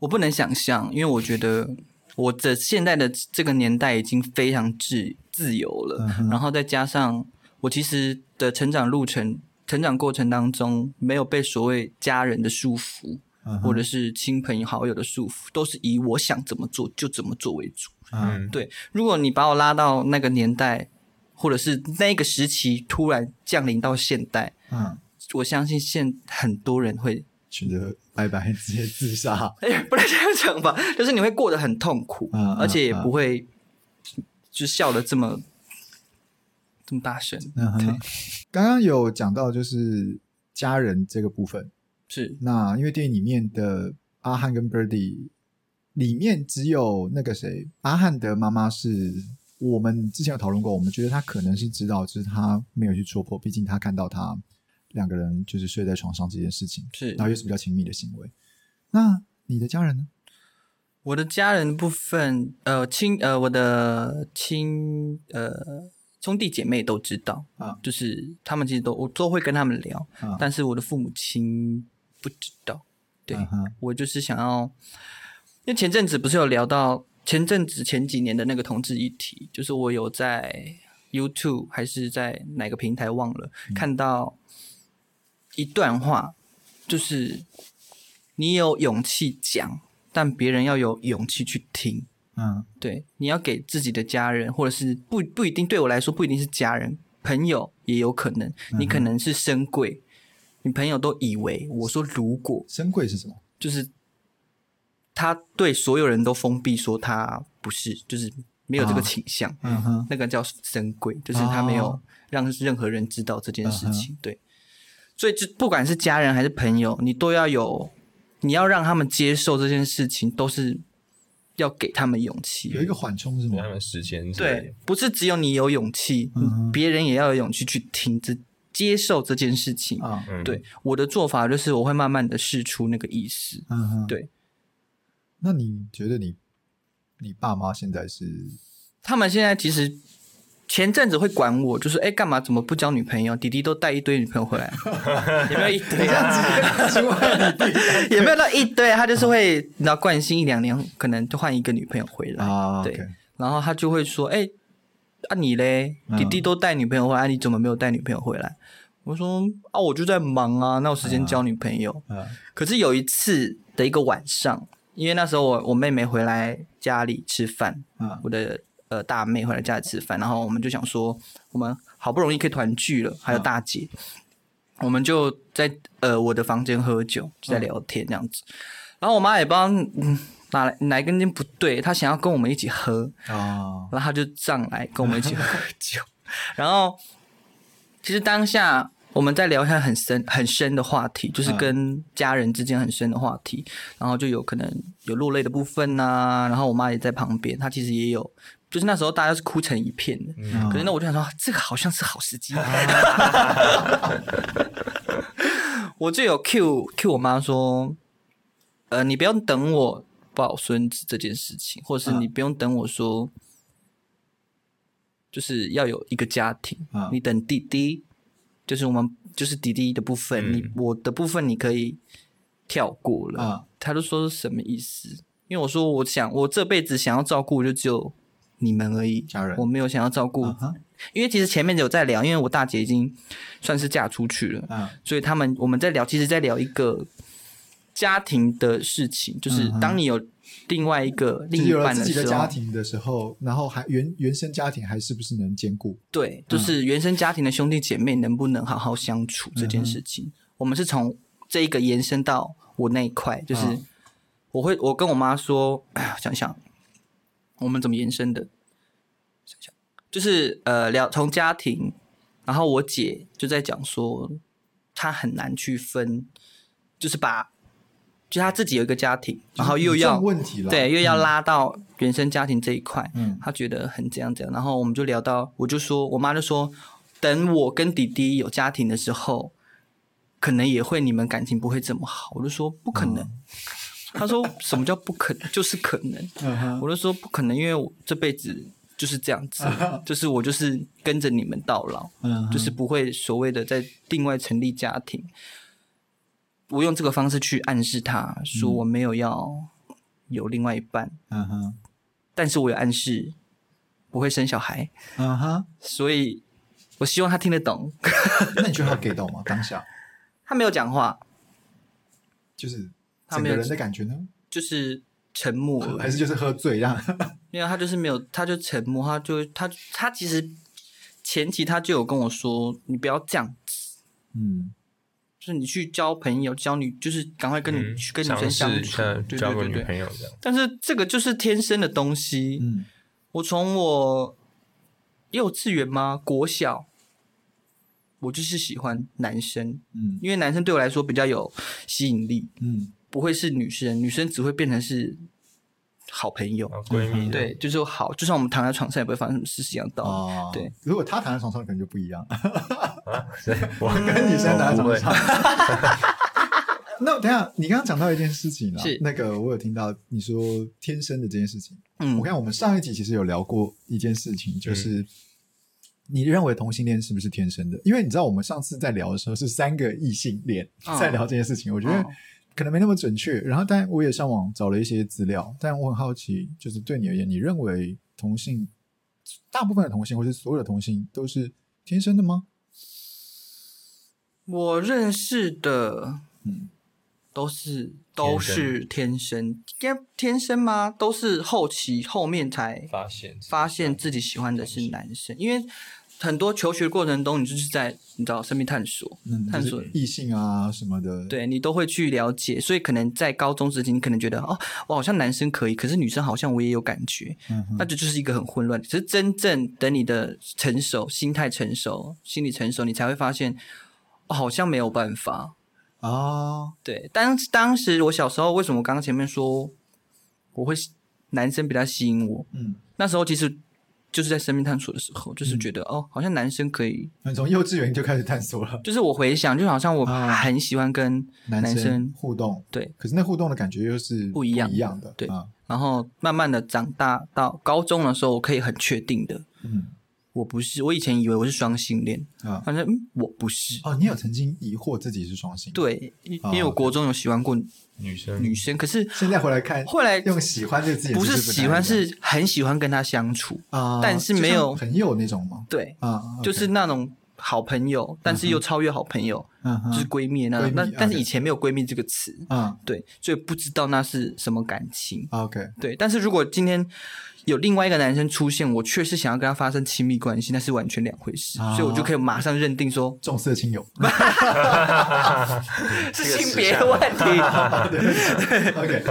Speaker 3: 我不能想象，因为我觉得我的现在的这个年代已经非常自自由了，
Speaker 1: 嗯哼
Speaker 3: 然后再加上我其实的成长路程、成长过程当中，没有被所谓家人的束缚，
Speaker 1: 嗯哼
Speaker 3: 或者是亲朋好友的束缚，都是以我想怎么做就怎么做为主。
Speaker 1: 嗯
Speaker 4: 嗯，
Speaker 3: 对，如果你把我拉到那个年代，或者是那个时期突然降临到现代，
Speaker 1: 嗯
Speaker 3: 我相信现很多人会，
Speaker 1: 选择拜拜 直接自杀，
Speaker 3: 哎、不能这样讲吧，就是你会过得很痛苦，
Speaker 1: 嗯
Speaker 3: 而且也
Speaker 1: 嗯
Speaker 3: 不会就笑的这么这么大声，
Speaker 1: 嗯哼，刚刚有讲到就是家人这个部分，
Speaker 3: 是
Speaker 1: 那因为电影里面的阿汉跟 Birdy 里面只有那个谁，阿汉的妈妈是我们之前有讨论过，我们觉得他可能是知道，只是他没有去戳破，毕竟他看到他两个人就是睡在床上这件事情，
Speaker 3: 是
Speaker 1: 然。后又是比较亲密的行为。那你的家人呢？
Speaker 3: 我的家人部分，呃，亲，呃，我的亲，呃，兄弟姐妹都知道
Speaker 1: 啊
Speaker 3: 就是他们其实都我都会跟他们聊，
Speaker 1: 啊
Speaker 3: 但是我的父母亲不知道。对、
Speaker 1: 嗯哼
Speaker 3: 我就是想要，因为前阵子不是有聊到前阵子前几年的那个同志议题，就是我有在 YouTube 还是在哪个平台忘了、看到一段话，就是你有勇气讲，但别人要有勇气去听。
Speaker 1: 嗯
Speaker 3: 对，你要给自己的家人，或者是不不一定对我来说不一定是家人，朋友也有可能。你可能是深贵，你朋友都以为我说如果
Speaker 1: 珍贵是什么？
Speaker 3: 就是他对所有人都封闭，说他不是，就是没有这个
Speaker 1: 啊
Speaker 3: 倾向。
Speaker 1: 嗯哼，
Speaker 3: 那个叫深贵，就是他没有
Speaker 1: 哦
Speaker 3: 让任何人知道这件
Speaker 1: 嗯
Speaker 3: 事情。对，所以就不管是家人还是朋友，你都要有，你要让他们接受这件事情，都是要给他们勇气
Speaker 1: 有。一个缓冲是
Speaker 4: 给
Speaker 1: 吗
Speaker 4: 他？们时间之类的
Speaker 3: 嗯对，，不是只有你有勇气，
Speaker 1: 嗯哼
Speaker 3: 别人也要有勇气去听这接受这件事情。
Speaker 1: 啊，
Speaker 4: 嗯，
Speaker 3: 对，我的做法就是我会慢慢的试出那个意识。
Speaker 1: 嗯哼，
Speaker 3: 对。
Speaker 1: 那你觉得你你爸妈现在是
Speaker 3: 他们现在其实前阵子会管我，就是哎，诶干嘛怎么不交女朋友？弟弟都带一堆女朋友回 来，有没有一堆啊？也没有到一堆，他就是会，你知道，惯性一两年可能就换一个女朋友回来，
Speaker 1: 啊
Speaker 3: 对
Speaker 1: OK
Speaker 3: 哦然后他就会说，哎，啊你嘞，
Speaker 1: 嗯
Speaker 3: 弟弟都带女朋友回来，啊你怎么没有带女朋友回来？我说啊，我就在忙啊，那有时间交女朋友。
Speaker 1: 嗯
Speaker 3: 可是有一次的一个晚上，因为那时候我我妹妹回来家里吃饭，
Speaker 1: 嗯
Speaker 3: 我的呃大妹回来家里吃饭，然后我们就想说，我们好不容易可以团聚了，还有大姐，我们就在呃我的房间喝酒，就在聊天这样子。然后我妈也不知道嗯哪来哪一根筋不对，她想要跟我们一起喝，
Speaker 1: 啊，
Speaker 3: 然后他就上来跟我们一起喝酒， 然后其实当下我们在聊一下很深很深的话题，就是
Speaker 1: 嗯
Speaker 3: 跟家人之间很深的话题，然后就有可能有落泪的部分呐、然后我妈也在旁边，她其实也有，就是那时候大家是哭成一片的，
Speaker 1: 嗯
Speaker 3: 可是呢，我就想说，啊这个好像是好 时机。我就有 Q Q 我妈说，呃，你不用等我抱孙子这件事情，或者是
Speaker 1: 嗯
Speaker 3: 你不用等我说，就是要有一个家庭，
Speaker 1: 嗯
Speaker 3: 你等弟弟，就是我们就是弟弟的部分，
Speaker 4: 嗯
Speaker 3: 你我的部分你可以跳过了。
Speaker 1: 嗯
Speaker 3: 他就说是什么意思？因为我说我想我这辈子想要照顾就只有你们而已，
Speaker 1: 家人
Speaker 3: 我没有想要照顾
Speaker 1: 嗯哼
Speaker 3: 因为其实前面有在聊，因为我大姐已经算是嫁出去了，
Speaker 1: 嗯
Speaker 3: 所以他们我们在聊，其实在聊一个家庭的事情，就是
Speaker 1: 嗯哼
Speaker 3: 当你有另外一个
Speaker 1: 就
Speaker 3: 另
Speaker 1: 是
Speaker 3: 一
Speaker 1: 有了
Speaker 3: 半
Speaker 1: 自己的
Speaker 3: 时
Speaker 1: 家
Speaker 3: 候，
Speaker 1: 庭的时候，然后还原原生家庭还是不是能兼顾？
Speaker 3: 对，就是原生家庭的兄弟姐妹能不能好好相处这
Speaker 1: 嗯
Speaker 3: 件事情，我们是从这一个延伸到我那一块，就是
Speaker 1: 嗯
Speaker 3: 我会我跟我妈说，哎呀，想想，我们怎么延伸的？想想就是呃，聊从家庭，然后我姐就在讲说，她很难去分，就是把，就她自己有一个家庭，然后又
Speaker 1: 这
Speaker 3: 要
Speaker 1: 种问题了，
Speaker 3: 对，又要
Speaker 1: 嗯，
Speaker 3: 拉到原生家庭这一块，
Speaker 1: 嗯
Speaker 3: 他觉得很怎样怎样，然后我们就聊到，我就说，我妈就说，等我跟弟弟有家庭的时候，可能也会你们感情不会这么好，我就说不可 能，他说什么叫不可能，就是可能，
Speaker 1: 嗯哼，
Speaker 3: 我就说不可能，因为我这辈子就是这样子 就是我就是跟着你们到老，
Speaker 1: 嗯哼，
Speaker 3: 就是不会所谓的在另外成立家庭。我用这个方式去暗示他说
Speaker 4: 嗯
Speaker 3: 我没有要有另外一半，
Speaker 1: 嗯哼，
Speaker 3: 但是我有暗示不会生小孩，
Speaker 1: 嗯哼，
Speaker 3: 所以我希望他听得懂。
Speaker 1: 那你觉得他 get 到吗？当下
Speaker 3: 他没有讲话，
Speaker 1: 就是
Speaker 3: 他
Speaker 1: 整
Speaker 3: 没
Speaker 1: 个
Speaker 3: 有
Speaker 1: 人的感觉呢，
Speaker 3: 就是沉默而已
Speaker 1: 还是就是喝醉让？
Speaker 3: 没有，他就是没有，他就沉默，他就他他其实前期他就有跟我说，你不要这样
Speaker 1: 嗯
Speaker 3: 就是你去交朋友，交女，就是赶快跟你、
Speaker 4: 嗯
Speaker 3: 去跟女生
Speaker 4: 尝
Speaker 3: 相
Speaker 4: 试一
Speaker 3: 处
Speaker 4: 下，
Speaker 3: 对
Speaker 4: 交
Speaker 3: 对
Speaker 4: 个
Speaker 3: 对
Speaker 4: 女
Speaker 3: 对。
Speaker 4: 朋友这样。
Speaker 3: 但是这个就是天生的东西。
Speaker 1: 嗯
Speaker 3: 我从我幼稚园吗？国小，我就是喜欢男生，
Speaker 1: 嗯
Speaker 3: 因为男生对我来说比较有吸引力，
Speaker 1: 嗯
Speaker 3: 不会是女生，女生只会变成是好朋友。
Speaker 4: 然
Speaker 1: 哦
Speaker 4: 后闺蜜，
Speaker 3: 嗯对，就是好，就算我们躺在床上也不会发生什么事是一样的道理。
Speaker 1: 哦，
Speaker 3: 对，
Speaker 1: 如果他躺在床上可能就不一样，
Speaker 4: 啊，所以 我
Speaker 1: 跟女生
Speaker 3: 嗯
Speaker 1: 躺在床
Speaker 4: 不会
Speaker 1: 上。那等一下，你刚刚讲到一件事情啊
Speaker 3: 是，
Speaker 1: 那个我有听到你说天生的这件事情，
Speaker 3: 嗯
Speaker 1: 我看我们上一集其实有聊过一件事情，就是你认为同性恋是不是天生的？因为你知道我们上次在聊的时候是三个异性恋
Speaker 3: 嗯
Speaker 1: 在聊这件事情，我觉得
Speaker 3: 嗯
Speaker 1: 可能没那么准确。然后，但我也上网找了一些资料，但我很好奇，就是对你而言，你认为同性大部分的同性，或是所有的同性都是天生的吗？
Speaker 3: 我认识的
Speaker 1: 嗯
Speaker 3: 都是都是天生，应该天生吗？都是后期后面才
Speaker 4: 发现
Speaker 3: 发现自己喜欢的是男生，因为很多求学过程中，你就是在你知道生命探索，
Speaker 1: 嗯，
Speaker 3: 探
Speaker 1: 就是
Speaker 3: 索
Speaker 1: 异性啊什么的，，
Speaker 3: 对你都会去了解，所以可能在高中时期，你可能觉得哦，我好像男生可以，可是女生好像我也有感觉，
Speaker 1: 嗯哼
Speaker 3: 那这就是一个很混乱。只是真正等你的成熟、心态成熟、心理成熟，你才会发现，哦、好像没有办法，
Speaker 1: 啊，
Speaker 3: 对，当当时我小时候，为什么我刚刚前面说我会吸男生比较吸引我？
Speaker 1: 嗯，
Speaker 3: 那时候其实就是在生命探索的时候，就是觉得、哦，好像男生可以，
Speaker 1: 你从幼稚园就开始探索了
Speaker 3: 就是我回想，就好像我
Speaker 1: 啊
Speaker 3: 很喜欢跟
Speaker 1: 男
Speaker 3: 男生
Speaker 1: 互动，
Speaker 3: 对，
Speaker 1: 可是那互动的感觉又是
Speaker 3: 不
Speaker 1: 一
Speaker 3: 一样
Speaker 1: 一样的，
Speaker 3: 对
Speaker 1: 啊，
Speaker 3: 然后慢慢的长大到高中的时候，我可以很确定的，
Speaker 1: 嗯
Speaker 3: 我不是，我以前以为我是双性恋，
Speaker 1: 啊，
Speaker 3: 反正嗯，我不是。
Speaker 1: 哦，你有曾经疑惑自己是双性？，
Speaker 3: 对，因
Speaker 1: 啊
Speaker 3: 因为我国中有喜欢过
Speaker 4: 女生
Speaker 3: 女生，可是
Speaker 1: 现在回来看，
Speaker 3: 后来
Speaker 1: 哎用喜欢这个字眼
Speaker 3: 不是
Speaker 1: 是
Speaker 3: 喜欢，是很喜欢跟她相处，
Speaker 1: 啊，
Speaker 3: 但是没有
Speaker 1: 就像朋友那种吗？
Speaker 3: 对，
Speaker 1: 啊，
Speaker 3: 就是那种好朋友，但是又超越好朋友，
Speaker 1: 嗯哼
Speaker 3: 就是闺蜜
Speaker 1: 嗯
Speaker 3: 那
Speaker 1: 闺
Speaker 3: 种
Speaker 1: 蜜。啊
Speaker 3: 那但是
Speaker 1: OK
Speaker 3: 以前没有闺蜜这个词，
Speaker 1: 啊
Speaker 3: 对，所以不知道那是什么感情。
Speaker 1: ，OK，
Speaker 3: 对，但是如果今天有另外一个男生出现，我确实想要跟他发生亲密关系，那是完全两回事，
Speaker 1: 啊
Speaker 3: 所以我就可以马上认定说
Speaker 1: 重色轻 友
Speaker 4: 这个
Speaker 3: 是啊性
Speaker 4: 是
Speaker 3: 别
Speaker 4: 这样
Speaker 3: 问题，
Speaker 1: ，OK，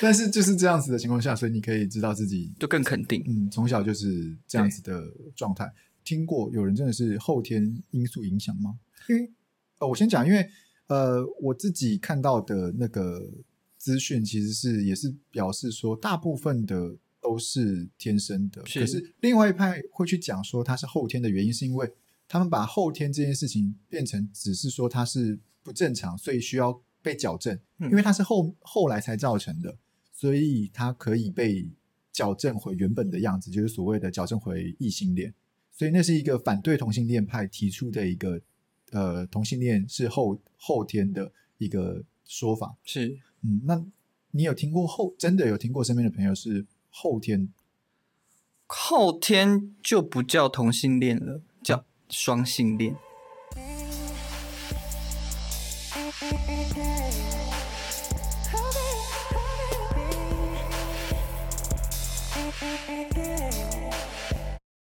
Speaker 1: 但是就是这样子的情况下，所以你可以知道自己
Speaker 3: 就更肯定。
Speaker 1: 嗯，从小就是这样子的状态。听过有人真的是后天因素影响吗？因为呃，我先讲，因为呃，我自己看到的那个资讯其实是也是表示说，大部分的都是天生的，
Speaker 3: 是
Speaker 1: 可是另外一派会去讲说它是后天的原因，是因为他们把后天这件事情变成只是说它是不正常，所以需要被矫正，
Speaker 3: 嗯
Speaker 1: 因为它是后后来才造成的，所以它可以被矫正回原本的样子，就是所谓的矫正回异性恋。所以那是一个反对同性恋派提出的一个呃，同性恋是后后天的一个说法。
Speaker 3: 是
Speaker 1: 嗯，那你有听过后真的有听过身边的朋友是后天
Speaker 3: 后天就不叫同性恋了，叫双性恋。
Speaker 2: Hey, hey, hey, hey.